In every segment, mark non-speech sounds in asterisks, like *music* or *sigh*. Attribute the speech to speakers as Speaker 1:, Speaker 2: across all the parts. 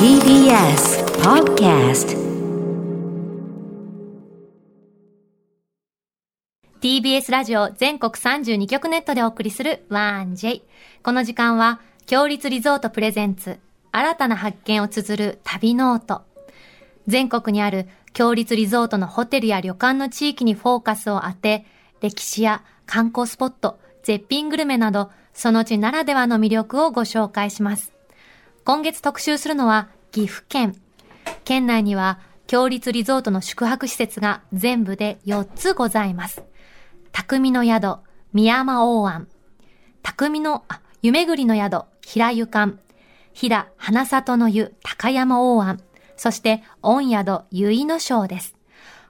Speaker 1: TBS Podcast
Speaker 2: TBS ラジオ全国32局ネットでお送りする 1J。この時間は、強立リゾートプレゼンツ、新たな発見を綴る旅ノート。全国にある強立リゾートのホテルや旅館の地域にフォーカスを当て、歴史や観光スポット、絶品グルメなど、その地ならではの魅力をご紹介します。今月特集するのは岐阜県。県内には強立リゾートの宿泊施設が全部で4つございます。匠の宿、宮山大庵。匠の、あ、夢ぐりの宿、平湯館。平、花里の湯、高山大庵。そして、御宿、結衣の章です。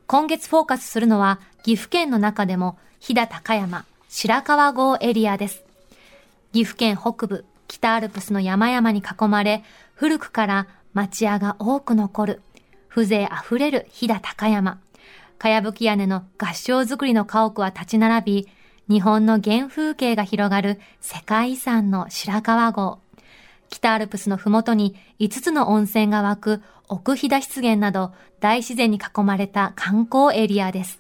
Speaker 2: 今月フォーカスするのは、岐阜県の中でも、飛騨高山、白川郷エリアです。岐阜県北部、北アルプスの山々に囲まれ、古くから町屋が多く残る、風情あふれる飛騨高山。かやぶき屋根の合掌造りの家屋は立ち並び、日本の原風景が広がる世界遺産の白川郷。北アルプスのふもとに5つの温泉が湧く奥飛騨湿原など大自然に囲まれた観光エリアです。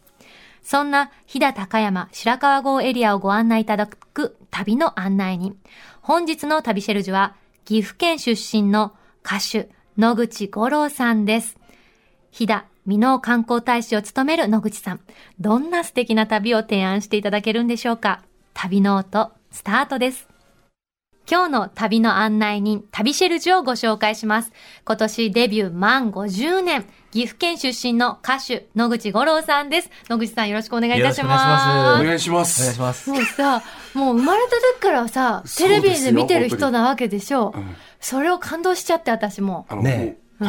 Speaker 2: そんな飛騨高山白川郷エリアをご案内いただく旅の案内人。本日の旅シェルジュは岐阜県出身の歌手野口五郎さんです。飛騨美濃観光大使を務める野口さん。どんな素敵な旅を提案していただけるんでしょうか旅ノート、スタートです。今日の旅の案内人、旅シェルジュをご紹介します。今年デビュー満50年、岐阜県出身の歌手、野口五郎さんです。野口さんよろしくお願いいたし
Speaker 3: お
Speaker 2: ます。
Speaker 3: 願いしま
Speaker 4: お願いし
Speaker 3: す。
Speaker 4: ます
Speaker 5: も。うさ、もう生まれた時からさ、
Speaker 3: そ
Speaker 5: テ
Speaker 3: うで
Speaker 5: レ
Speaker 3: すよ
Speaker 5: ビで見てる人なわけでしょ
Speaker 3: ん。
Speaker 5: それを感動しちゃって、私も
Speaker 3: あの、
Speaker 4: ね
Speaker 3: もう、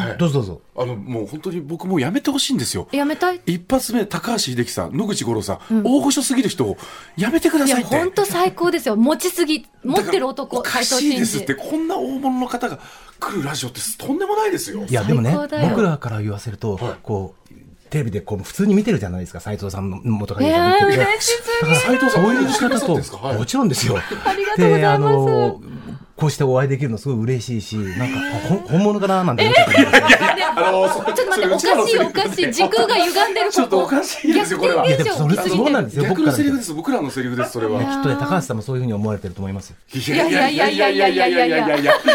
Speaker 3: はい
Speaker 4: どうぞどうぞ。
Speaker 3: あの、もう本当に僕もうやめてほしいんですよ。
Speaker 5: う。やめたい
Speaker 3: 一発目、高橋秀樹さん、野口五郎さん、大御所すぎる人をやめてくだ
Speaker 5: い
Speaker 3: さ
Speaker 5: や、
Speaker 3: いって。
Speaker 5: ほんと最高ですよ。持ちすぎ、持ってる男、
Speaker 3: おか
Speaker 5: 斎
Speaker 3: し
Speaker 5: 藤
Speaker 3: いで
Speaker 5: 真
Speaker 3: すっ
Speaker 5: 司
Speaker 3: て、。こんな大物の方が来るラジオってとんでもないですよ。
Speaker 4: いや、でもね、
Speaker 5: 最高だよ
Speaker 4: 僕らから言わせると、こう、テレビでこう普通に見てるじゃないですか、斎藤さんの元
Speaker 5: え
Speaker 4: 彼女
Speaker 5: ー、
Speaker 4: 見てる。
Speaker 5: 嬉しすぎ
Speaker 4: だから
Speaker 3: 斉藤さん
Speaker 4: そういう方
Speaker 3: そう
Speaker 4: と
Speaker 3: ですかはい
Speaker 4: もちろんですよ。あ
Speaker 5: りがとうございます
Speaker 4: こうしてお会いできるのすごい嬉しいし、なんか、ほん本物かななんて思っちゃったり
Speaker 3: あのそ
Speaker 5: ちょっと待って、お
Speaker 3: それう
Speaker 5: かし
Speaker 3: ち
Speaker 5: い
Speaker 3: らの
Speaker 5: おかし
Speaker 3: セリフ
Speaker 5: い。時空が歪んでるここ。
Speaker 3: *laughs* ちょっとおかしいですよ、これは。
Speaker 4: い
Speaker 5: 逆
Speaker 4: や、でもそれ
Speaker 5: 以上
Speaker 4: そうなんですよ、
Speaker 3: 逆
Speaker 4: 僕
Speaker 3: の
Speaker 4: から
Speaker 3: セ
Speaker 4: 見ても。
Speaker 3: リフ
Speaker 4: き
Speaker 3: で
Speaker 4: っ
Speaker 3: す、僕らのセリフです、それは。
Speaker 4: とね、高橋さんもそういうふうに思われてると思いますよ。
Speaker 3: い
Speaker 5: やいやいやいやいやいやいやいやいやい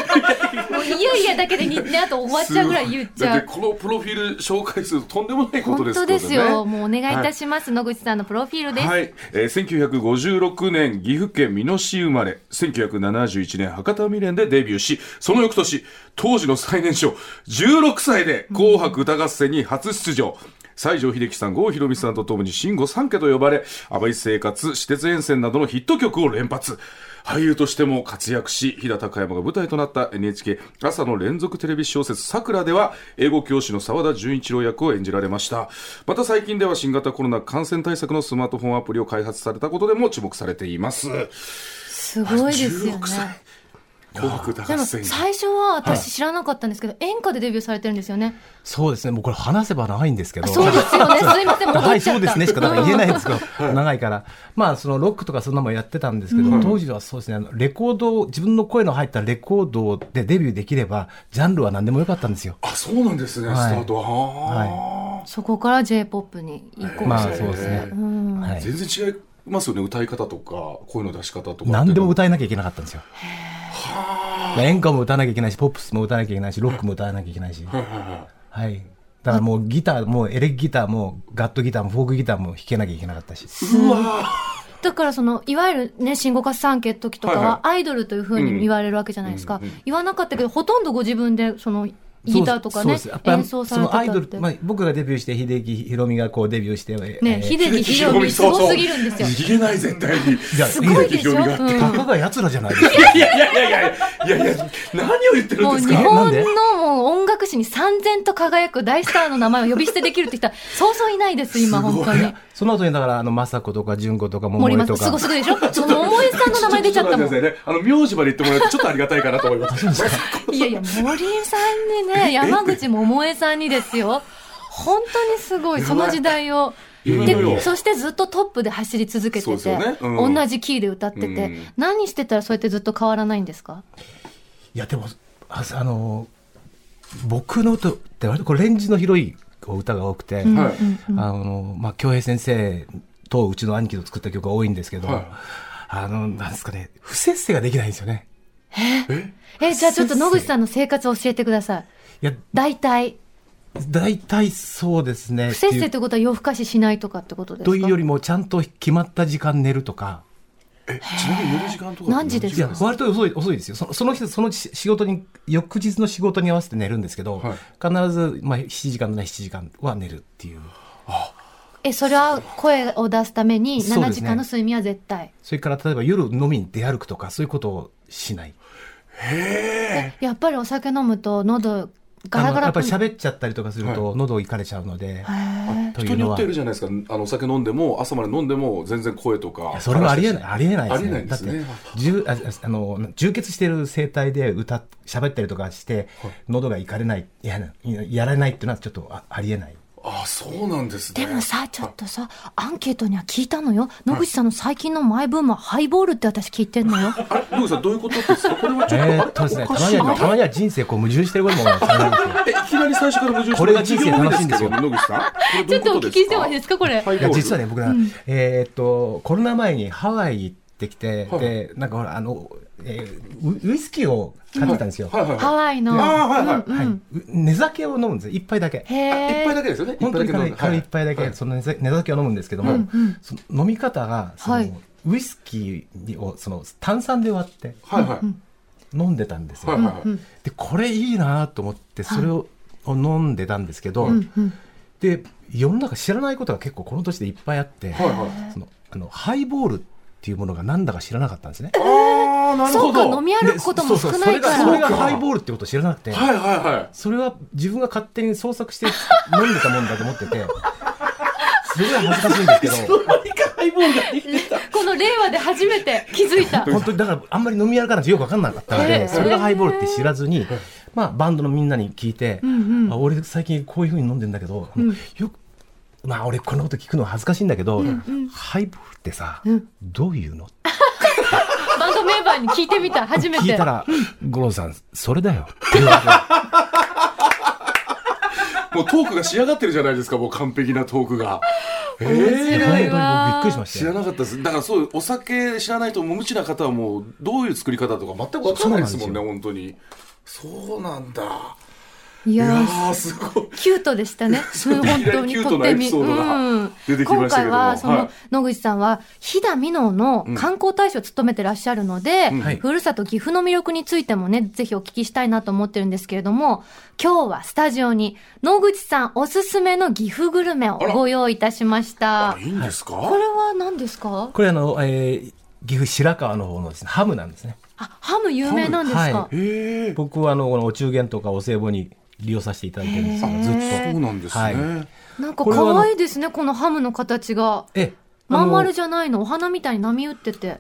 Speaker 5: もういやいやだけでに、ね、あと終わっちゃうぐらい言っちゃ
Speaker 3: だっ
Speaker 5: う
Speaker 3: て。このプロフィール紹介するととんでもないこと
Speaker 5: 本
Speaker 3: です
Speaker 5: 当
Speaker 3: からね
Speaker 5: ですよ。もうお願いいたします。野口さんのプロフィールです。
Speaker 3: はい、えー、1956年岐阜県美濃市生まれ1971年博多未練でデビューしその翌年当時の最年少16歳で「紅白歌合戦」に初出場、西城秀樹さん、郷ひろみさんとともに慎吾三家と呼ばれ、甘い生活、私鉄沿線などのヒット曲を連発。俳優としても活躍し、飛騨高山が舞台となった NHK 朝の連続テレビ小説さくらでは、英語教師の沢田純一郎役を演じられました。また最近では新型コロナ感染対策のスマートフォンアプリを開発されたことでも注目されています。
Speaker 5: すごいですよね
Speaker 3: 16。歳。紅白
Speaker 5: で
Speaker 3: 歌合
Speaker 5: も
Speaker 3: 戦。
Speaker 5: 最初は私知らなかったんですけど、演歌でデビューされてるんですよね。
Speaker 4: そうですね、もうこれ話せば長いんですけど。
Speaker 5: そうですよね。すいません、戻っちゃった。
Speaker 4: はい、そうですねしかだから言えないんですけど、長いから、まあ、そのロックとかそんなもんやってたんですけど、当時はそうですね、あのレコードを、自分の声の入ったレコードでデビューできれば、ジャンルは何でもよかったんですよ。
Speaker 3: あ、そうなんですね、
Speaker 4: はい
Speaker 3: スタートは。は
Speaker 5: *laughs* そこから J-POP に移行する。
Speaker 4: まあ、そうですね。
Speaker 5: うん
Speaker 4: はい、
Speaker 3: 全然違いますよね、歌い方とか、声の出し方とかっていうのは。
Speaker 4: 何でも歌えなきゃいけなかったんですよ。演歌も歌わなきゃいけないし、ポップスも歌わなきゃいけないし、ロックも歌わなきゃいけないし。はい。だからもうギターもエレキギターもガットギターもフォークギターも弾けなきゃいけなかったし。
Speaker 5: だからその、いわゆるね、慎吾化産家時とか
Speaker 3: はいは
Speaker 5: は、アイドルというふうに言われるわけじゃないですか。言わなかったけど、ほとんどご自分で、その、ギターとかね
Speaker 4: そうですそうですやっ、ぱ
Speaker 5: 演奏されてた
Speaker 4: そのアイド
Speaker 5: っ
Speaker 4: ル
Speaker 5: て。
Speaker 4: まあ、僕がデビューして、秀樹ひろみがこうデビューして、えー
Speaker 5: ね、秀樹 *laughs* ひろみすごすぎるんですよ。
Speaker 3: 逃げない絶対に。
Speaker 4: じゃあ
Speaker 5: すごいでしょ、
Speaker 3: 秀樹ひろみが
Speaker 5: う
Speaker 4: た
Speaker 5: ん
Speaker 4: かが奴らじゃないですか。 *laughs*
Speaker 3: いやいやいやいやいやいや何を言ってるん
Speaker 5: もう
Speaker 3: です
Speaker 5: 日
Speaker 3: か。
Speaker 4: えなん
Speaker 5: 本
Speaker 4: で
Speaker 5: のもう音楽史に三千と輝く大スターの名前を呼び捨てできるって人は、そうそういないです、今、本当に。
Speaker 4: その後にだから、あの、雅子とか、純子とか、桃
Speaker 5: 森
Speaker 4: 江
Speaker 5: 松
Speaker 4: と
Speaker 5: す
Speaker 4: か
Speaker 5: ご。すごいでしょ桃江さんの名前出ちゃったもん
Speaker 3: ちょ。っと待ってくださいね。あの名字まで言ってもらえてちょっとありがたいかなと思
Speaker 4: *laughs*
Speaker 3: います。
Speaker 5: いやいや、森井さんにね、山口百恵さんにですよ。本当にすごい、その時代を。
Speaker 3: いやいやいや
Speaker 5: で、そしてずっとトップで走り続け
Speaker 3: そう
Speaker 5: て
Speaker 3: です
Speaker 5: て、
Speaker 3: よねうん
Speaker 5: 同じキーで歌ってて、
Speaker 3: うん
Speaker 5: 何してたらそうやってずっと変わらないんですか
Speaker 4: いや、でも、ああの僕の歌って割とこうレンジの広い歌が多くて、
Speaker 3: はい。
Speaker 4: あの、まあ、京平先生とうちの兄貴と作った曲が多いんですけど、
Speaker 3: はい
Speaker 4: あの、なんですかね、不節制ができないんですよね。
Speaker 3: え
Speaker 2: え、じゃあちょっと野口さんの生活を教えてください。
Speaker 4: いや、
Speaker 2: 大体。
Speaker 4: 大体そうですね。
Speaker 2: 不節制っ
Speaker 4: って
Speaker 2: てことは夜更かししないとかってこと
Speaker 4: いう
Speaker 2: です
Speaker 4: と
Speaker 2: か
Speaker 4: いうよりも、ちゃんと決まった時間寝るとか、
Speaker 3: え、ちなみに寝る時間とかって
Speaker 2: 何時です
Speaker 4: いや、
Speaker 2: か
Speaker 4: 割と遅い、遅いですよ。そその日、その仕仕事に、翌日の仕事に合わせて寝るんですけど、
Speaker 3: はい
Speaker 4: 必ず、まあ、7時間なら7時間は寝るっていう。
Speaker 2: え、それは声を出すために
Speaker 4: そう
Speaker 2: 7
Speaker 4: です
Speaker 2: 時
Speaker 4: ね
Speaker 2: 間の睡眠は絶対。
Speaker 4: それから、例えば夜飲みに出歩くとか、そういうことをしない。
Speaker 3: へ
Speaker 2: やっぱりお酒飲むと喉ガラガ
Speaker 4: あのや
Speaker 2: ラ
Speaker 4: っぱり喋っちゃったりとかすると、喉いかれちゃうので、
Speaker 3: え。
Speaker 4: とい
Speaker 3: 人
Speaker 4: う
Speaker 3: に
Speaker 4: の
Speaker 3: よ
Speaker 4: は
Speaker 3: っているじゃないですか。あの、お酒飲んでも、朝まで飲んでも、全然声とか。
Speaker 4: それはありえない、
Speaker 3: い。
Speaker 4: ありえないですね。
Speaker 3: ありえないですね
Speaker 4: だって、じゅああの充血してる声帯で歌っ、喋ったりとかして、喉がいかれない、やらやられないっていうのはちょっとあありえない。
Speaker 3: あ、そうなんですね。
Speaker 2: でもさ、ちょっとさ、アンケートには聞いたのよ。野口さんの最近のマイブームはハイボールって私聞いてんのよ。
Speaker 3: あれ、野口さん、どういうことですかこれはち
Speaker 4: え
Speaker 3: ょっ
Speaker 4: ー
Speaker 3: と、あ
Speaker 4: っとで
Speaker 3: れ
Speaker 4: すね、
Speaker 3: お
Speaker 4: た
Speaker 3: か
Speaker 4: ま
Speaker 3: しい
Speaker 4: に
Speaker 3: な
Speaker 4: は、たまには人生こう矛盾してることも *laughs* あるんですよ。
Speaker 3: え、いきなり最初から矛盾して
Speaker 4: これが人生楽しいんですよ
Speaker 3: 一行目ですけど野口さん。
Speaker 5: *laughs*
Speaker 3: これどういうことですか
Speaker 2: すかこれ。
Speaker 4: いや実は
Speaker 3: ね、
Speaker 4: ね僕ら、えーっとコロナ前にハワイ行ってきて、
Speaker 3: はい
Speaker 4: でなんかほらあの、えーウウイスキーを買ってきたんですよ、
Speaker 3: はいはい
Speaker 2: ハ
Speaker 3: は
Speaker 2: ワイ
Speaker 3: い。あ
Speaker 2: の。
Speaker 3: あ、はいはい。
Speaker 4: はい寝酒を飲むんですよ一杯だけ
Speaker 2: へ
Speaker 3: 一杯
Speaker 2: え。
Speaker 3: だけですよね。
Speaker 4: 本当に軽い軽い一杯だけ、
Speaker 3: はい
Speaker 4: その寝酒寝酒を飲むんですけども、その飲み方がその、
Speaker 2: はい
Speaker 4: ウイスキーをその炭酸で割って
Speaker 3: はいはい。
Speaker 4: 飲んでたんですよ、
Speaker 3: はいはいはい。
Speaker 4: でこれいいなと思ってそれを、飲んでたんですけど、で世の中知らないことが結構この年でいっぱいあって、
Speaker 3: はいはい
Speaker 4: そのあのハイボールっていうものが何だか知らなかったんですね。
Speaker 3: ああ、なる
Speaker 2: そ
Speaker 3: ほ
Speaker 2: うか、
Speaker 3: ど。
Speaker 2: 飲み歩くことも
Speaker 4: でそう
Speaker 2: 少
Speaker 4: そうそ
Speaker 2: な
Speaker 4: れ
Speaker 2: いか
Speaker 4: が
Speaker 2: ら。
Speaker 4: それがハイボールってことを知らなくて、
Speaker 3: はいはいはい。
Speaker 4: それは自分が勝手に創作して飲んでたもんだと思ってて、すごい恥ずかしいんですけど。
Speaker 2: この令和で初めて気づいた。
Speaker 4: 本当にだからあんまり飲み歩かないとよく分かんなかったので、
Speaker 2: へー
Speaker 4: それがハイボールって知らずに、まあ、バンドのみんなに聞いて、あ俺最近こういうふうに飲んでんだけど、よくまあ俺こんなこと聞くのは恥ずかしいんだけど、ハイボールってさ、どういうのって
Speaker 2: バンドメンバーに聞いてみた、初め
Speaker 4: 聞
Speaker 2: て。
Speaker 4: いたら「五郎さんそれだよ」って言われて
Speaker 3: もうトークが仕上がってるじゃないですか、もう完璧なトークが。
Speaker 2: *laughs*
Speaker 3: え
Speaker 2: 面白い
Speaker 3: え
Speaker 4: 本当に僕びっくりしまし
Speaker 3: 知
Speaker 4: た
Speaker 3: ら
Speaker 4: よ。
Speaker 3: なかったです。だからそう、お酒知らないと無知な方はもう、どういう作り方とか全くわからないですもんね、
Speaker 4: そう
Speaker 3: 本当に。そうなんだ。
Speaker 2: い
Speaker 3: いや
Speaker 2: やー
Speaker 3: ー、すごい。
Speaker 2: キュートでしたね。
Speaker 3: *laughs* そう
Speaker 2: うん本当
Speaker 3: いきなり
Speaker 2: に
Speaker 3: キュー
Speaker 2: と
Speaker 3: ト
Speaker 2: っ
Speaker 3: な
Speaker 2: て
Speaker 3: エピ
Speaker 2: み。
Speaker 3: ソードが
Speaker 2: うん
Speaker 3: 出てきま
Speaker 2: 今
Speaker 3: したけ
Speaker 2: 回
Speaker 3: ども
Speaker 2: は、そ
Speaker 3: はい
Speaker 2: の、野口さんは、飛騨美濃の観光大使を務めてらっしゃるので、
Speaker 4: はい
Speaker 2: ふるさと岐阜の魅力についてもね、ぜひお聞きしたいなと思ってるんですけれども、今日はスタジオに、野口さんおすすめの岐阜グルメをご用意いたしました
Speaker 3: あ。いいんですか、
Speaker 2: これは何ですか
Speaker 4: これあの、えー岐阜白川の方のですねハムなんですね。
Speaker 2: あ、ハム有名なんです
Speaker 4: ハム
Speaker 2: か
Speaker 4: は
Speaker 3: へえ。
Speaker 4: 僕はあのこのお中元とかお歳暮に利用させていただいてるんですけどずっと。
Speaker 3: そうなんですね。
Speaker 4: はい
Speaker 2: なんか
Speaker 4: これはあの
Speaker 2: 可愛いですね、このハムの形が。
Speaker 4: ええ
Speaker 2: まん丸
Speaker 4: あ
Speaker 2: じゃないの、お花みたいに波打ってて。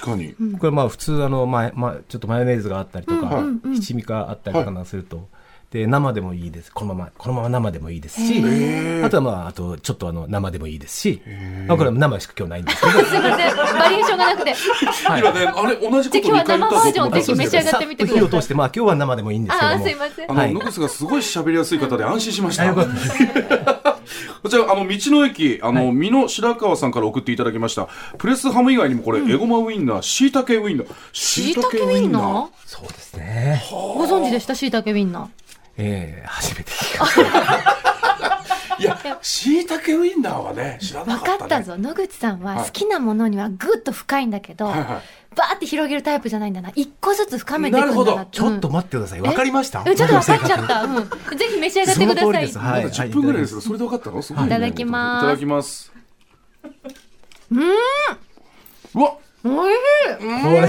Speaker 3: 確かに。
Speaker 4: のこれまあ普通あの、まあまあ、ちょっとマヨネーズがあったりとか、
Speaker 3: うん
Speaker 4: 七味があったりとかなんかすると、で生でもいいですこのままこのまま生でもいいですしあとはまああとちょっとあの生でもいいですし、まあ、これは生しか今日ないんですけ
Speaker 2: *laughs*
Speaker 4: ど、
Speaker 2: すいません、バリエーションがなくて。
Speaker 4: *laughs* はい
Speaker 3: 今ね、あれ、同じこと2回言ったぞと思ったん
Speaker 2: じゃあ今日は生
Speaker 3: です
Speaker 2: バージョンぜひ
Speaker 3: け
Speaker 2: 召
Speaker 3: ど
Speaker 2: し上がってみてください
Speaker 4: さっと火を通してまあ今日は生でもいいんですけど
Speaker 2: あ
Speaker 4: も
Speaker 2: あ、すいません。
Speaker 3: あ
Speaker 4: は
Speaker 3: の、
Speaker 4: い
Speaker 3: ノクスがすごい喋りやすい方で安心しました。
Speaker 4: あよかったです
Speaker 3: *laughs* こちら、あの、道の駅、あの、
Speaker 4: はい
Speaker 3: 美濃白川さんから送っていただきました。プレスハム以外にもこれ、エゴマウインナー、椎茸ウインナー。
Speaker 2: し
Speaker 3: 椎
Speaker 2: いたけウインナー
Speaker 4: そうですね
Speaker 2: ご存知でした、しいたけウインナー。
Speaker 4: ええ初めて聞きまし
Speaker 3: いや、椎茸ウインナーはね、知らな
Speaker 2: 分
Speaker 3: か
Speaker 2: か
Speaker 3: った、ね。
Speaker 2: ったぞ。野口さん
Speaker 3: はい
Speaker 2: は好きなものにはぐっと深いんだけど、
Speaker 3: はい
Speaker 2: バ
Speaker 3: は
Speaker 2: ーって広げるタイプじゃないんだな。一個ずつ深めていくんだ
Speaker 3: なるほ
Speaker 2: な
Speaker 3: ど
Speaker 4: たちょっと
Speaker 2: うん
Speaker 4: 待ってくださいわかりました
Speaker 2: えちょっと分かっちゃった。うん。ぜひ召し上がってくだ
Speaker 4: その通
Speaker 2: さ
Speaker 4: り
Speaker 2: い
Speaker 4: です。
Speaker 3: ま
Speaker 4: はい
Speaker 3: だ10分ぐらいですけど、それで分かったのすごい、ね、
Speaker 2: いただきます
Speaker 3: いただきます。うん。うわ
Speaker 2: おいし
Speaker 4: これ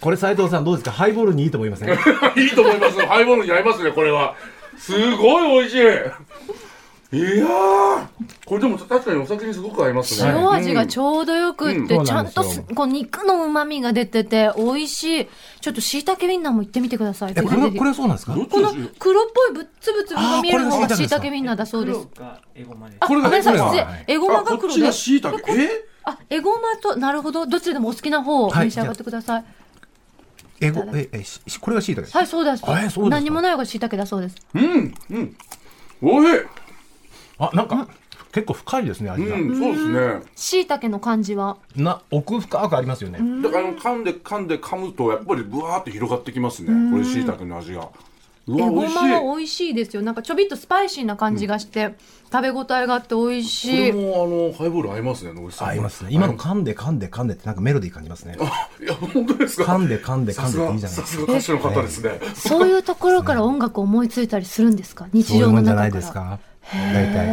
Speaker 4: これ斉藤さんどうですかハイボールにいいと思いますね
Speaker 3: *laughs* いいと思います。ハイボールに合いますね、これは。すごい美味しい。いやー、これでも確かにお酒にすごく合います
Speaker 2: い。
Speaker 3: ね。
Speaker 2: 塩味がちょうどよくって、
Speaker 4: うん
Speaker 2: ちゃんと
Speaker 4: そうなんです
Speaker 2: す
Speaker 4: よ
Speaker 2: こう肉の旨味が出てて、美味しい。ちょっとしいたけウインナーも行ってみてください。
Speaker 4: え
Speaker 2: ぜ
Speaker 4: こ
Speaker 2: ひぜ
Speaker 4: れ
Speaker 2: ひ
Speaker 4: これはそうなんですか
Speaker 3: どっち
Speaker 2: こ
Speaker 3: で
Speaker 2: の
Speaker 3: す
Speaker 2: 黒っぽいぶっつぶつぶが見えるの
Speaker 4: あーこれが
Speaker 2: が
Speaker 4: 椎茸ですか
Speaker 2: しいたけウインナーだそうです。
Speaker 6: がエゴマで
Speaker 3: これ
Speaker 2: ごめんなさい、
Speaker 4: こ
Speaker 2: 失
Speaker 4: れ
Speaker 2: 礼
Speaker 4: がはい。
Speaker 2: エゴマ
Speaker 3: あ、
Speaker 2: が
Speaker 3: こっ
Speaker 2: 黒
Speaker 3: ち
Speaker 2: で
Speaker 3: が。椎茸。え
Speaker 2: あ、エゴマと、なるほど。どっちでもお好きな方を
Speaker 4: はい
Speaker 2: 召し上がってください。
Speaker 4: ええ
Speaker 2: いた
Speaker 4: ご
Speaker 2: だき
Speaker 4: ええししこれが椎茸です
Speaker 2: はい、そうです。
Speaker 4: あえそうですか
Speaker 2: 何もないが椎茸だそうです。
Speaker 3: うん、うん。おいしい。
Speaker 4: あなんか結構深いですね味が、
Speaker 3: うん、そうですね。
Speaker 2: 椎茸の感じは。
Speaker 4: な奥深くありますよね、
Speaker 3: だからあの噛んで噛んで噛むとやっぱりブワーって広がってきますね。これ椎茸の味が。う
Speaker 2: え
Speaker 3: わ、
Speaker 2: ご
Speaker 3: 美味しい。
Speaker 2: まは美味しいですよ。なんかちょびっとスパイシーな感じがして、食べ応えがあって美味
Speaker 3: こ
Speaker 2: し
Speaker 3: れ
Speaker 2: い。
Speaker 3: もあのハイボール合いますね、野口さん。
Speaker 4: 合いますね今の
Speaker 3: 合い
Speaker 4: 噛んで噛んで噛んでってなんかメロディー感じますね
Speaker 3: あ、 *laughs* いや本当ですか。
Speaker 4: 噛んで噛んで噛
Speaker 3: さ
Speaker 4: ん
Speaker 3: す
Speaker 4: でってい
Speaker 3: が
Speaker 4: いじゃない
Speaker 3: さ
Speaker 4: です
Speaker 3: す
Speaker 4: か
Speaker 3: が歌手の方ですね。
Speaker 2: そういうところから音楽思いついたりするんですか
Speaker 4: そう
Speaker 2: 日
Speaker 4: いう
Speaker 2: 常
Speaker 4: も
Speaker 2: の
Speaker 4: んじ
Speaker 2: 中
Speaker 4: ゃな
Speaker 2: か
Speaker 4: い
Speaker 2: ら。
Speaker 4: ですか大体
Speaker 2: へ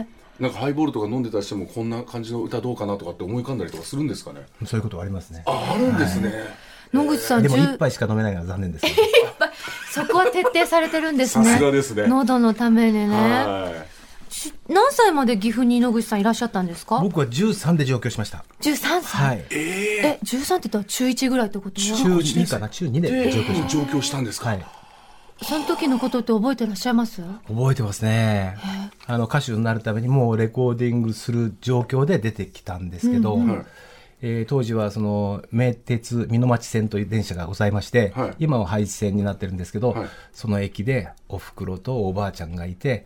Speaker 2: ー
Speaker 3: なんかハイボールとか飲んでたりしてもこんな感じの歌どうかなとかって思い浮かんだりとかするんですかね。
Speaker 4: そういうことはありますね
Speaker 3: あ、あるんですね。
Speaker 2: 野口さん、
Speaker 4: でも
Speaker 2: 十
Speaker 4: 一杯しか飲めないのは残念ですけど
Speaker 2: そこは徹底されてるんです
Speaker 3: さ
Speaker 2: ね。
Speaker 3: すがですね。
Speaker 2: 喉のためにね。
Speaker 3: は
Speaker 2: し何歳まで岐阜に野口さんいらっしゃったんですか
Speaker 4: 僕は13で上京しました
Speaker 2: 13歳、
Speaker 4: はい
Speaker 2: え、13って言ったら中1ぐらいってこと
Speaker 4: 中2かな中2
Speaker 3: い。
Speaker 4: で
Speaker 3: で
Speaker 4: 上京しまし
Speaker 3: 上京したんです
Speaker 4: た
Speaker 3: か。
Speaker 4: はい
Speaker 2: その時のことって覚えてらっしゃいます
Speaker 4: 覚えてますねあの歌手になるためにもうレコーディングする状況で出てきたんですけど、
Speaker 3: はい
Speaker 4: えー当時はその名鉄美濃町線という電車がございまして、
Speaker 3: はい
Speaker 4: 今は廃線になってるんですけど、
Speaker 3: はい
Speaker 4: その駅でおふくろとおばあちゃんがいて、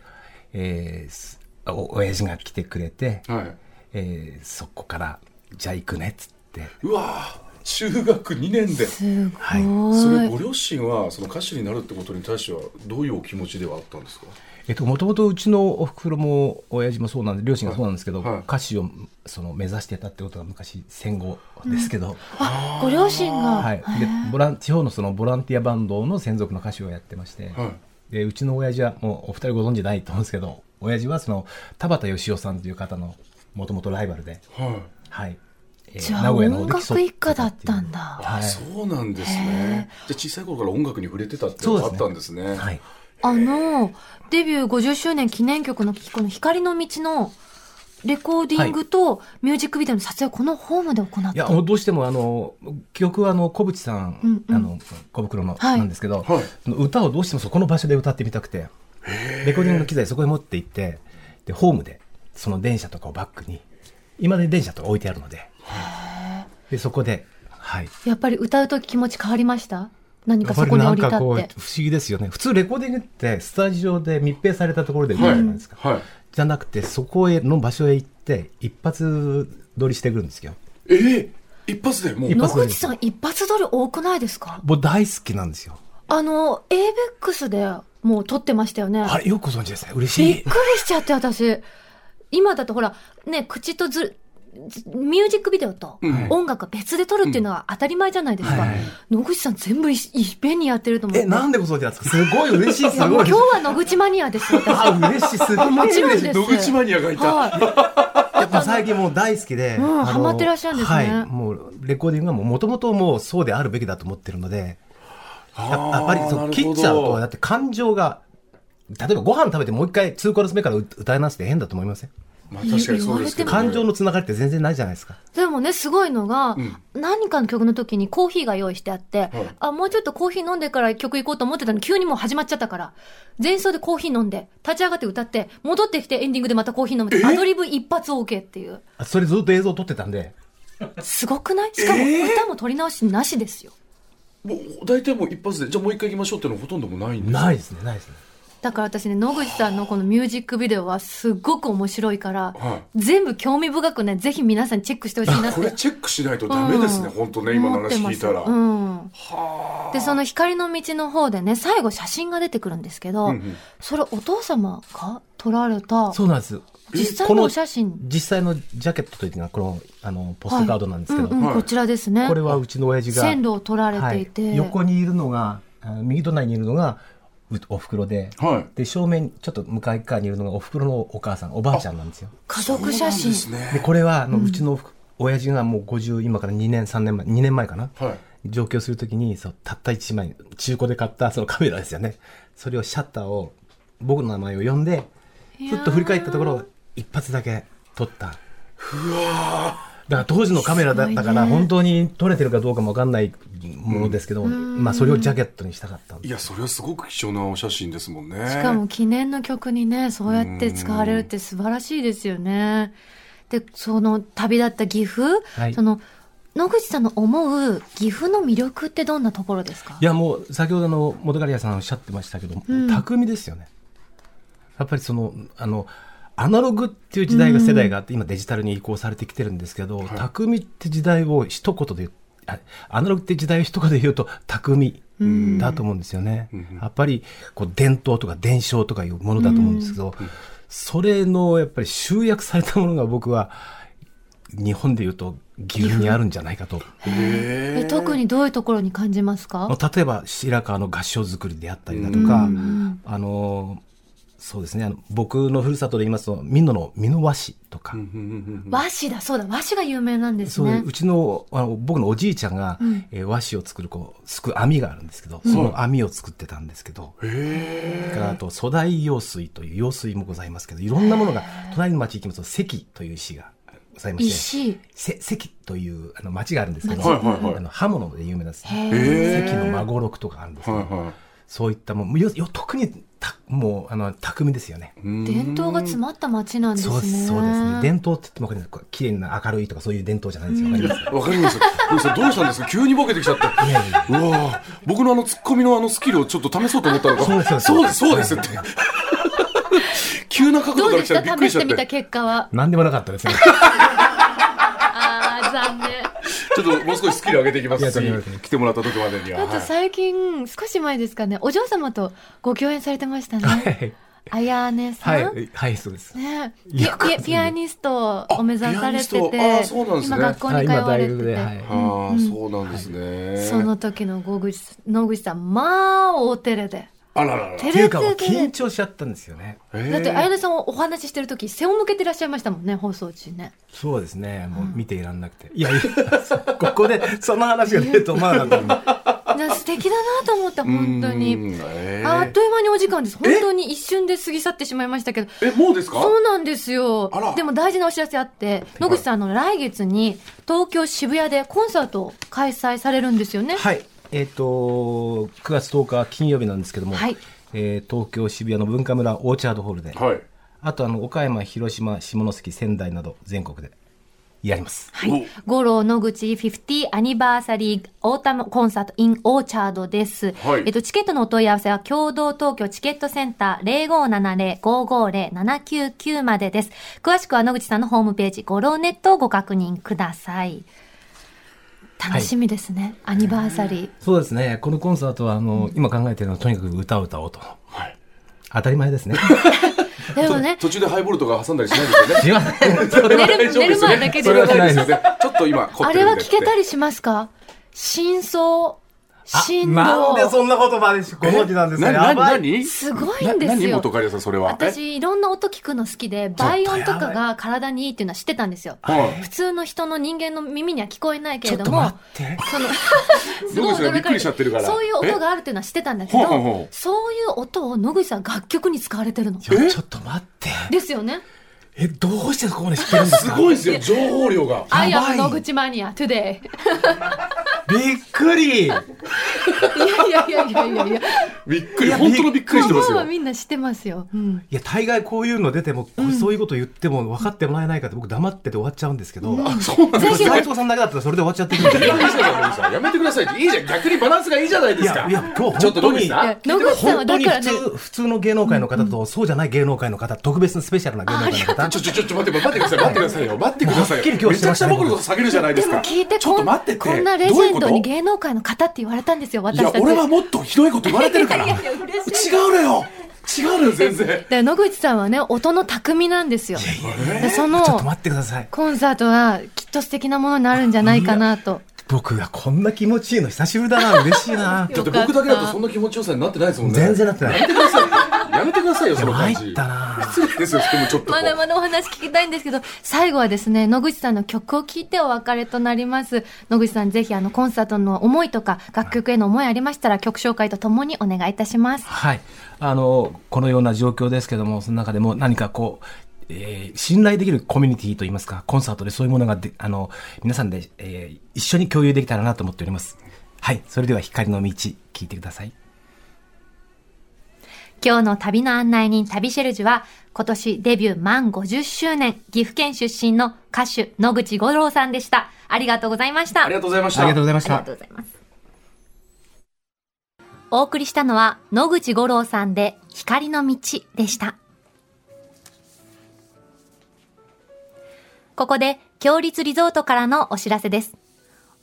Speaker 4: えーすお親父が来てくれて、
Speaker 3: はい。
Speaker 4: えーそこから「じゃあ行くね」っつって
Speaker 3: うわー、中学2年で。
Speaker 2: すごい。
Speaker 4: はい
Speaker 3: それご両親はその歌手になるってことに対してはどういうお気持ちではあったんですか
Speaker 4: えっと、もともとうちのおふくろも親父もそうなんで両親がそうなんですけど、
Speaker 3: はいはい
Speaker 4: 歌手をその目指してたってことが昔戦後ですけど、
Speaker 2: あご両親が、
Speaker 4: はい、でボラン地方のそのボランティアバンドの専属の歌手をやってまして、
Speaker 3: は
Speaker 4: でうちの親父はもうお二人ご存知ないと思うんですけど親父はその田畑義雄さんという方のもともとライバルで、
Speaker 3: は
Speaker 4: はいえー
Speaker 2: じゃあ
Speaker 4: 競てたっていう
Speaker 2: 音楽一家だったんだ
Speaker 4: はい
Speaker 3: いそうなんですねじゃあ小さい頃から音楽に触れてたっていうのがあったんですね
Speaker 4: はい、
Speaker 2: あの、デビュー50周年記念曲のこの光の道のレコーディングとミュージックビデオの撮影をこのホームで行っ
Speaker 4: い
Speaker 2: た。
Speaker 4: やもうどうしてもあの記憶はあの小渕さん、
Speaker 2: うんうん
Speaker 4: あの小袋の、
Speaker 2: はい
Speaker 4: なんですけど、
Speaker 3: はい
Speaker 4: 歌をどうしてもそこの場所で歌ってみたくてレコーディングの機材そこに持って行ってでホームでその電車とかをバックに今で電車とか置いてあるのででそこではい
Speaker 2: やっぱり歌うと気持ち変わりました何かそこに降り立
Speaker 4: やっぱりなんかこ
Speaker 2: っ
Speaker 4: う不思
Speaker 2: て。
Speaker 4: 議ですよね普通レコーディングってスタジオで密閉されたところで歌うじゃないですか、
Speaker 3: はい
Speaker 4: じゃなくてそこへの場所へ行って一発撮りしてくるんですよ
Speaker 3: えー一発でもう
Speaker 4: 一
Speaker 2: 野
Speaker 4: 発撮り
Speaker 2: 口さん一発撮り多くないですか
Speaker 4: 僕大好きなんですよ
Speaker 2: あの、ABEX でもう撮ってましたよね。
Speaker 4: あれよくご存知ですね嬉
Speaker 2: び
Speaker 4: し
Speaker 2: っ
Speaker 4: い
Speaker 2: くりしちゃって私。今だとほら、ね、口とず、ずミュージックビデオと
Speaker 3: うん
Speaker 2: 音楽が別で撮るっていうのは当たり前じゃないですか。
Speaker 4: はい
Speaker 2: 野口さん全部いいっぺんにやってると思う。
Speaker 4: えなんでご存知なんですかすごい嬉しいす
Speaker 2: いやも
Speaker 4: ご
Speaker 2: う
Speaker 4: い
Speaker 2: 今日は野口マニアです
Speaker 3: *laughs*
Speaker 2: よ。私
Speaker 4: あ嬉しいすごい
Speaker 2: もちろんです
Speaker 3: 野口マニアがいた
Speaker 2: は
Speaker 4: やっぱ最近もう大好きで、
Speaker 2: うん
Speaker 4: あの
Speaker 2: ハマってらっしゃるんですね
Speaker 4: はい、もうレコーディングはもともともうそうであるべきだと思ってるのでや
Speaker 3: あー
Speaker 4: やっぱりそ
Speaker 3: なるほ
Speaker 4: の
Speaker 3: ど
Speaker 4: 切っちゃうとだって感情が例えばご飯食べてもう一回2コーラス目から歌い直すって変だと思いません
Speaker 3: まあ確かにそうですけどね
Speaker 4: 感情のつながりって全然ないじゃないですか
Speaker 2: い。でもね、すごいのが、何かの曲の時にコーヒーが用意してあって、
Speaker 3: い
Speaker 2: あ、もうちょっとコーヒー飲んでから曲行こうと思ってたのに急にもう始まっちゃったから、前奏でコーヒー飲んで、立ち上がって歌って、戻ってきてエンディングでまたコーヒー飲むってアドリブ一発 OK っていう。
Speaker 4: あそれずっと映像撮ってたんで、
Speaker 2: すごくないしかも歌も撮り直しなしですよ。
Speaker 3: もう大体もう一発でじゃあもう一回行きましょうっていうのはほとんどもうないんです
Speaker 4: ないですね、ないですね。
Speaker 2: だから私ね、野口さんのこのミュージックビデオはすごく面白いから、
Speaker 3: は
Speaker 2: 全部興味深くね、ぜひ皆さんチェックしてほしいなっ
Speaker 3: こ
Speaker 2: て
Speaker 3: れチェックしないとダメですね
Speaker 2: うん
Speaker 3: 本当ね今の話聞いた
Speaker 2: 思
Speaker 3: ら
Speaker 2: ってますうん、でその光の道の方でね最後写真が出てくるんですけど、
Speaker 3: うんうん
Speaker 2: それお父様が撮られた
Speaker 4: そうなんです。
Speaker 2: 実
Speaker 4: こ
Speaker 2: 際のお写真
Speaker 4: 実際のジャケットというのは、この、あの、ポストカードなんですけど、
Speaker 2: うんうん
Speaker 3: はい
Speaker 2: こちらですね
Speaker 4: これはうちの親父が、
Speaker 2: 線路を撮られていて、
Speaker 4: はい横にいるのが、あの右隣にいるのが、うお袋で、
Speaker 3: はい
Speaker 4: で、正面、ちょっと向かい側にいるのが、お袋のお母さん、おばあちゃんなんですよ。
Speaker 2: 家族写真
Speaker 3: そうなんです
Speaker 4: で、
Speaker 3: ね
Speaker 4: これは、あの、うちのおふ親父がもう50、今から2年、3年前、2年前かな。
Speaker 3: はい
Speaker 4: 上京するときにそうたった1枚中古で買ったそのカメラですよねそれをシャッターを僕の名前を呼んでふっと振り返ったところ一発だけ撮ったうわだから当時のカメラだったから本当に撮れてるかどうかも分かんないものですけど、まあ、それをジャケットにしたかったんで
Speaker 3: いやそれはすごく貴重なお写真ですもんね
Speaker 2: しかも記念の曲にねそうやって使われるって素晴らしいですよね。でその旅立った岐阜、
Speaker 4: はい
Speaker 2: その野口さんの思う岐阜の魅力ってどんなところですか
Speaker 4: いやもう先ほどの元刈谷さんおっしゃってましたけど、
Speaker 2: ん
Speaker 4: 巧みですよねやっぱりそのあのアナログっていう時代が世代があって、今デジタルに移行されてきてるんですけど、巧みって時代を一言で言うあアナログって時代を一言で言うと巧みだと思うんですよね、やっぱりこう伝統とか伝承とかいうものだと思うんですけど、それのやっぱり集約されたものが僕は日本で言うと岐阜にあるんじゃないかと。
Speaker 2: え特にどういうところに感じますか
Speaker 4: まあ例えば白川の合掌造りであったりだとか、あのそうですねあの僕のふるさとで言いますと美濃の美濃和紙とか、
Speaker 2: 和紙だそうだ和紙が有名なんです
Speaker 4: そういう
Speaker 2: ね
Speaker 4: うちのあの僕のおじいちゃんが、えー和紙を作るこうすく網があるんですけど、その網を作ってたんですけど、それからあと粗大用水という用水もございますけどいろんなものが隣の町行きますと関という石がございまして
Speaker 2: 石
Speaker 4: せ関というあの町があるんですけど、
Speaker 3: はいはいはい
Speaker 4: あの刃物で有名なんです、
Speaker 3: へー
Speaker 4: 関の孫六とかあるんですけど、
Speaker 3: はいは
Speaker 4: そういったもうよよ特にたもうあの巧みですよね。
Speaker 3: いうん
Speaker 2: 伝統が詰まった町なんですね
Speaker 4: そうですそうですね。伝統って言ってもわかります。こう綺麗な明るいとかそういう伝統じゃないんですよ。わかります。
Speaker 3: わかります。どうしたどうしたんですか急にボケてきちゃって。
Speaker 4: いやいや
Speaker 3: うわぁ僕のあのツッコミのあのスキルをちょっと試そうと思ったのが。
Speaker 4: そうです
Speaker 3: そ
Speaker 4: そうう
Speaker 3: で、
Speaker 4: ですす
Speaker 3: そうですって。急な角
Speaker 2: ど
Speaker 3: 度
Speaker 2: う
Speaker 3: か
Speaker 2: で
Speaker 3: ら
Speaker 2: した
Speaker 3: 来らびったく
Speaker 2: 試
Speaker 3: りし
Speaker 2: し
Speaker 3: ちゃ
Speaker 2: て
Speaker 3: っ
Speaker 2: み
Speaker 3: て
Speaker 2: た。結果は
Speaker 4: なんでもなかっ
Speaker 2: *laughs*
Speaker 4: たですね。
Speaker 2: あー残
Speaker 4: *laughs*
Speaker 2: 念
Speaker 3: ちょっともう少しスキル上げていきま
Speaker 4: い
Speaker 3: す。
Speaker 4: やとんで
Speaker 3: 次
Speaker 4: もないです
Speaker 3: 来てもらった時までには。
Speaker 2: あと
Speaker 3: はい
Speaker 2: 最近少し前ですかねお嬢様とご共演されてましたねあやねさん、
Speaker 4: はいはいそうです。
Speaker 2: ねピ
Speaker 4: いや
Speaker 2: ピピアニストを目指されて
Speaker 3: あ
Speaker 2: て、
Speaker 3: ピアニストあそうなんです
Speaker 2: 今
Speaker 3: ね
Speaker 2: 学校に通われてて、
Speaker 4: はい
Speaker 3: ああ、そうなんですね。
Speaker 2: その時の野口さん野口さんまあ大照れで
Speaker 3: あららら。
Speaker 2: 照
Speaker 4: ってい
Speaker 2: れ
Speaker 4: うかもう
Speaker 2: 照れ
Speaker 4: 緊張しちゃったんですよね。
Speaker 2: だってあや
Speaker 3: え
Speaker 2: ねさんをお話ししてる時背を向けてらっしゃいましたもんね放送中ね
Speaker 4: そうですね。もう見ていらんなくて。いやいや *laughs* ここでその話が出ると思わなかったんで。
Speaker 2: な素敵だなと思った
Speaker 3: ー
Speaker 2: 本当
Speaker 3: う
Speaker 2: に
Speaker 3: んえ
Speaker 2: あっ
Speaker 3: ー
Speaker 2: という間にお時間です本当に一瞬で過ぎ去ってしまいましたけど
Speaker 3: え、もうですか
Speaker 2: そうなんですよ
Speaker 3: あら
Speaker 2: でも大事なお知らせあって野口さんあの来月に東京渋谷でコンサートを開催されるんですよね
Speaker 4: はい。えっ、と9月10日金曜日なんですけども、
Speaker 2: はい
Speaker 4: えー東京渋谷の文化村オーチャードホールで。
Speaker 3: はい。
Speaker 4: あとあの岡山、広島、下関、仙台など全国でやります。
Speaker 2: はい、五郎野口50アニバーサリーオータムコンサート in オーチャードです、
Speaker 3: はい
Speaker 2: えっと、チケットのお問い合わせは共同東京チケットセンター0570-550-799までです詳しくは野口さんのホームページ五郎ネットをご確認ください楽しみですね、アニバーサリー
Speaker 4: そうですね。このコンサートはあの、今考えてるのはとにかく歌を歌おうと。
Speaker 3: はい
Speaker 4: 当たり前ですね。
Speaker 2: でもね
Speaker 3: 途中でハイボールとか挟んだりしないですよね。
Speaker 4: すいません
Speaker 2: *laughs* 寝る寝る前だけで
Speaker 3: それはないで
Speaker 4: そ
Speaker 3: すよね。ちょっと今、凝っ
Speaker 2: あ
Speaker 3: てる
Speaker 2: れ
Speaker 3: んで
Speaker 2: は聞けたりしますか真相振
Speaker 4: *laughs* なんで
Speaker 2: 動
Speaker 4: そんな言葉でしご存知なんですか
Speaker 3: な、
Speaker 4: や
Speaker 3: な、
Speaker 4: ば。
Speaker 3: ないに
Speaker 2: すごいんです
Speaker 3: 何
Speaker 2: よ
Speaker 3: 元カリさん、それは。え
Speaker 2: 私いろんな音聞くの好きで倍音とかが体にいいっていうのは知ってたんですよ
Speaker 3: はい。
Speaker 2: 普通の人の人間の耳には聞こえないけ
Speaker 4: ちょ
Speaker 2: れ
Speaker 4: っ
Speaker 2: ど
Speaker 4: と
Speaker 2: も
Speaker 4: 待って。
Speaker 2: そのす
Speaker 3: 野口さんがびっくりしちゃってるから
Speaker 2: そういう音があるっていうのは知ってたんだけ
Speaker 3: え
Speaker 2: ど
Speaker 3: ほうほうほう
Speaker 2: そういう音を野口さん楽曲に使われてるの
Speaker 4: ちょちょっと待って。
Speaker 2: ですよね
Speaker 4: え、どうしてそこまで知ってるんです
Speaker 3: す
Speaker 4: か
Speaker 3: ごいですよ、情報量が。
Speaker 2: 「アイ
Speaker 4: やば
Speaker 2: ア
Speaker 4: い
Speaker 2: ム野口マニアトゥデイ」
Speaker 4: びっくりい
Speaker 2: いやいやいやいやいや
Speaker 3: びっくり、本当のびっくりしてま
Speaker 2: ま
Speaker 3: す
Speaker 2: あまあ
Speaker 3: よ。
Speaker 2: みんな知ってますよ、うん、
Speaker 4: や、大概こういうの出ても、そういうこと言っても分かってもらえないかって僕黙ってて終わっちゃうんですけど、
Speaker 3: そうなん
Speaker 2: ぜ
Speaker 3: で
Speaker 2: ひ
Speaker 3: す
Speaker 2: ぜ
Speaker 3: よ。
Speaker 4: 斉藤さんだけだったらそれで終わっちゃってるんですよ。
Speaker 3: やめてくださいって。いいじゃん、逆にバランスがいいじゃないですか。
Speaker 4: いやいや今日
Speaker 3: ちょっと野口
Speaker 2: い
Speaker 3: さ
Speaker 2: や
Speaker 3: ん。
Speaker 2: 野口さんは
Speaker 4: 本当
Speaker 2: だ
Speaker 4: に
Speaker 2: から
Speaker 4: 普
Speaker 2: ね
Speaker 4: 通普通の芸能界の方とそうじゃない芸能界の方特別なスペシャルな芸能界の方
Speaker 3: ちょちょちょちょ待って待ってください待ってくださいよ待ってください
Speaker 4: は
Speaker 3: よ
Speaker 4: っきり今日し
Speaker 3: め
Speaker 4: て
Speaker 3: ち
Speaker 4: まし
Speaker 3: ゃくち
Speaker 4: た
Speaker 3: ゃ
Speaker 4: ね
Speaker 3: 僕のこと下げるじゃないで
Speaker 2: ですも
Speaker 3: か
Speaker 2: 聞いて
Speaker 3: ちょっ
Speaker 2: ことん
Speaker 3: 待ってて
Speaker 2: こんなレジェンド
Speaker 3: どうい
Speaker 2: に
Speaker 3: うこ
Speaker 2: 芸能界の方って言われたんですよ
Speaker 3: とい
Speaker 2: 私
Speaker 3: や
Speaker 2: たち
Speaker 3: 俺はもっとひどいこと言われてるから違うのよ違うのよ全然
Speaker 2: で野口さんはね音の巧みなんですよでその
Speaker 4: ちょっと待ってください
Speaker 2: コンサートはきっと素敵なものになるんじゃないかなと
Speaker 4: 僕がこんな気持ちいいの久しぶりだな嬉 *laughs* しいな
Speaker 3: だって僕だけだとそんな気持ちよさになってないですもんね
Speaker 4: 全然なってない
Speaker 3: やめてくださいやめてくださいよその
Speaker 4: 参
Speaker 3: 感
Speaker 4: っ
Speaker 3: じ
Speaker 4: たな
Speaker 3: 失礼ですよでもちょっとこ
Speaker 2: *laughs* ま
Speaker 3: う
Speaker 2: だまだお話聞きたいんですけど最後はですね野口さんの曲を聴いてお別れとなります野口さんぜひあのコンサートの思いとか楽曲への思いありましたら曲紹介とともにお願いいたします
Speaker 4: はいあのこのような状況ですけどもその中でも何かこうえー信頼できるコミュニティといいますかコンサートでそういうものがであの皆さんで、えー一緒に共有できたらなと思っておりますはいそれでは光の道聞いてください
Speaker 2: 今日の旅の案内人、旅シェルジュは、今年デビュー満50周年、岐阜県出身の歌手、野口五郎さんでした。ありがとうございました。
Speaker 3: ありがとうございまし
Speaker 4: ありがとうご
Speaker 3: た。
Speaker 4: ざいまし
Speaker 2: あり
Speaker 4: た
Speaker 2: がと。うございます。お送りしたのは野口五郎さんで光の道でした。ここで、強立リゾートからのお知らせです。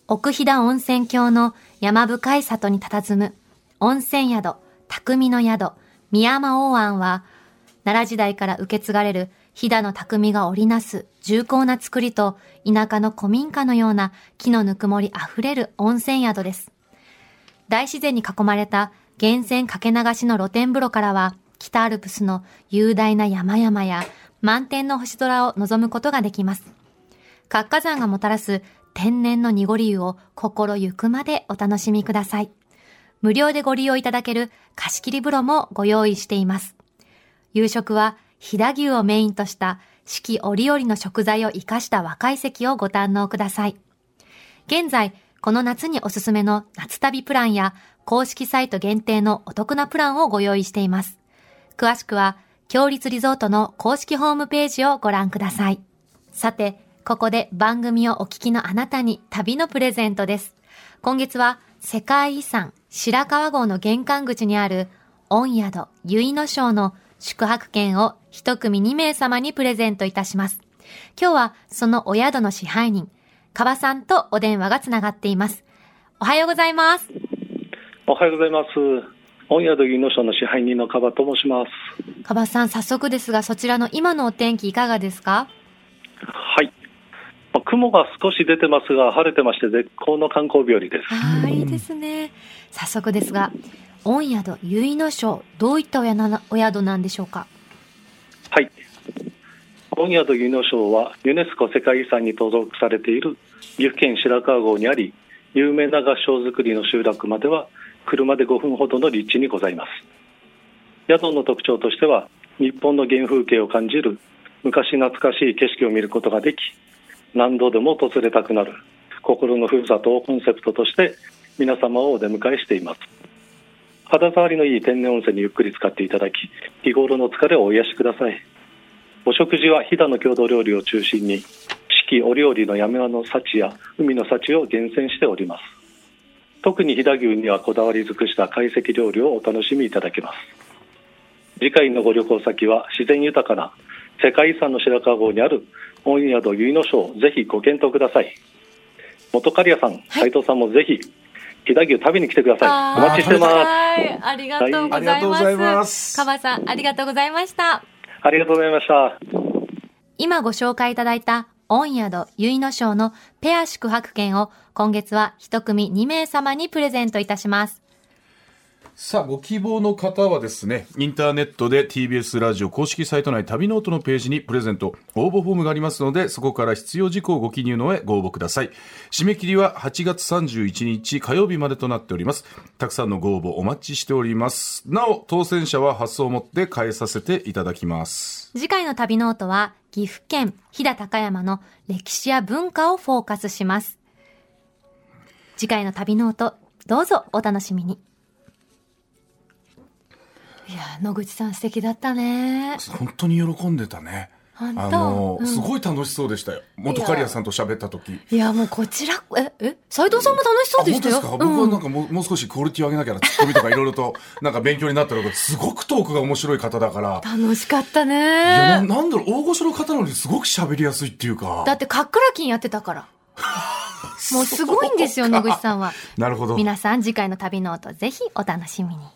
Speaker 2: 奥飛騨温泉郷の山深い里に佇む温泉宿、匠の宿、宮山大庵は、奈良時代から受け継がれる飛騨の匠が織りなす重厚な作りと田舎の古民家のような木のぬくもりあふれる温泉宿です。大自然に囲まれた源泉かけ流しの露天風呂からは、北アルプスの雄大な山々や満天の星空を望むことができます。活火山がもたらす天然の濁り湯を心ゆくまでお楽しみください。無料でご利用いただける貸し切り風呂もご用意しています。夕食は飛騨牛をメインとした四季折々の食材を活かした和解席をご堪能ください。現在、この夏におすすめの夏旅プランや公式サイト限定のお得なプランをご用意しています。詳しくは、強立リゾートの公式ホームページをご覧ください。さて、ここで番組をお聞きのあなたに旅のプレゼントです。今月は世界遺産白川郷の玄関口にある御宿結野省の宿泊券を一組2名様にプレゼントいたします。今日はそのお宿の支配人、川さんとお電話がつながっています。おはようございます。
Speaker 6: おはようございます。御宿技能省の支配人のカバと申します。
Speaker 2: 川さん、早速ですが、そちらの今のお天気いかがですか
Speaker 6: はい。まあ雲が少し出てますが、晴れてまして絶好の観光日和です。
Speaker 2: ああ、いいですね。早速ですが、御宿結野省、どういったお宿なお宿なんでしょうか
Speaker 6: はい。御宿技能省はユネスコ世界遺産に登録されている岐阜県白川郷にあり、有名な合掌造りの集落までは車で5分ほどの立地にございます。宿の特徴としては、日本の原風景を感じる昔懐かしい景色を見ることができ、何度でも訪れたくなる心のふるさとをコンセプトとして皆様をお出迎えしています。肌触りのいい天然温泉にゆっくり使っていただき、日頃の疲れをお癒しください。お食事は飛騨の郷土料理を中心に、四季折々の山の幸や海の幸を厳選しております。特に飛騨牛にはこだわり尽くした懐石料理をお楽しみいただけます。次回のご旅行先は自然豊かな世界遺産の白川郷にある御宿結野省をぜひご検討ください。元刈谷さん、斉藤さんもぜひ飛騨牛食べに来てください。お待ちしてます。
Speaker 2: はい、ありがとうございます。
Speaker 3: ありがとうございます
Speaker 2: カバさん、ありがとうございました。
Speaker 6: ありがとうございました。
Speaker 2: 今ご紹介いただいた、御宿結野省のペア宿泊券を今月は一組2名様にプレゼントいたします。
Speaker 3: さあ、ご希望の方はですね、インターネットで TBS ラジオ公式サイト内旅ノートのページにプレゼント、応募フォームがありますので、そこから必要事項をご記入の上ご応募ください。締め切りは8月31日火曜日までとなっております。たくさんのご応募お待ちしております。なお、当選者は発送をもって返させていただきます。
Speaker 2: 次回の旅ノートは岐阜県飛騨高山の歴史や文化をフォーカスします。次回の旅ノート、どうぞお楽しみに。いやー、野口さん素敵だったね。
Speaker 3: 本当に喜んでたね。
Speaker 2: 本当
Speaker 3: あの、
Speaker 2: うん
Speaker 3: すごい楽しそうでしたよ。元カリアさんと喋った時。
Speaker 2: いや、もうこちら、え、え、斉藤さんも楽しそ
Speaker 3: あ
Speaker 2: うで
Speaker 3: 本
Speaker 2: した
Speaker 3: 当で
Speaker 2: よ。
Speaker 3: すか、僕は
Speaker 2: うん
Speaker 3: なんかもうもう少しクオリティを上げなきゃなツッコミとかいろい *laughs* ろとなんか勉強になったのがすごくトークが面白い方だから、
Speaker 2: 楽しかった
Speaker 3: いやな
Speaker 2: ね。
Speaker 3: なんだろう大御所の方なのにすごく喋りやすいっていうか
Speaker 2: だって、カックラキンやってたから。もうすごいんですよ、野口さんは。
Speaker 3: なるほど
Speaker 2: 皆さん、次回の旅ノート、ぜひお楽しみに。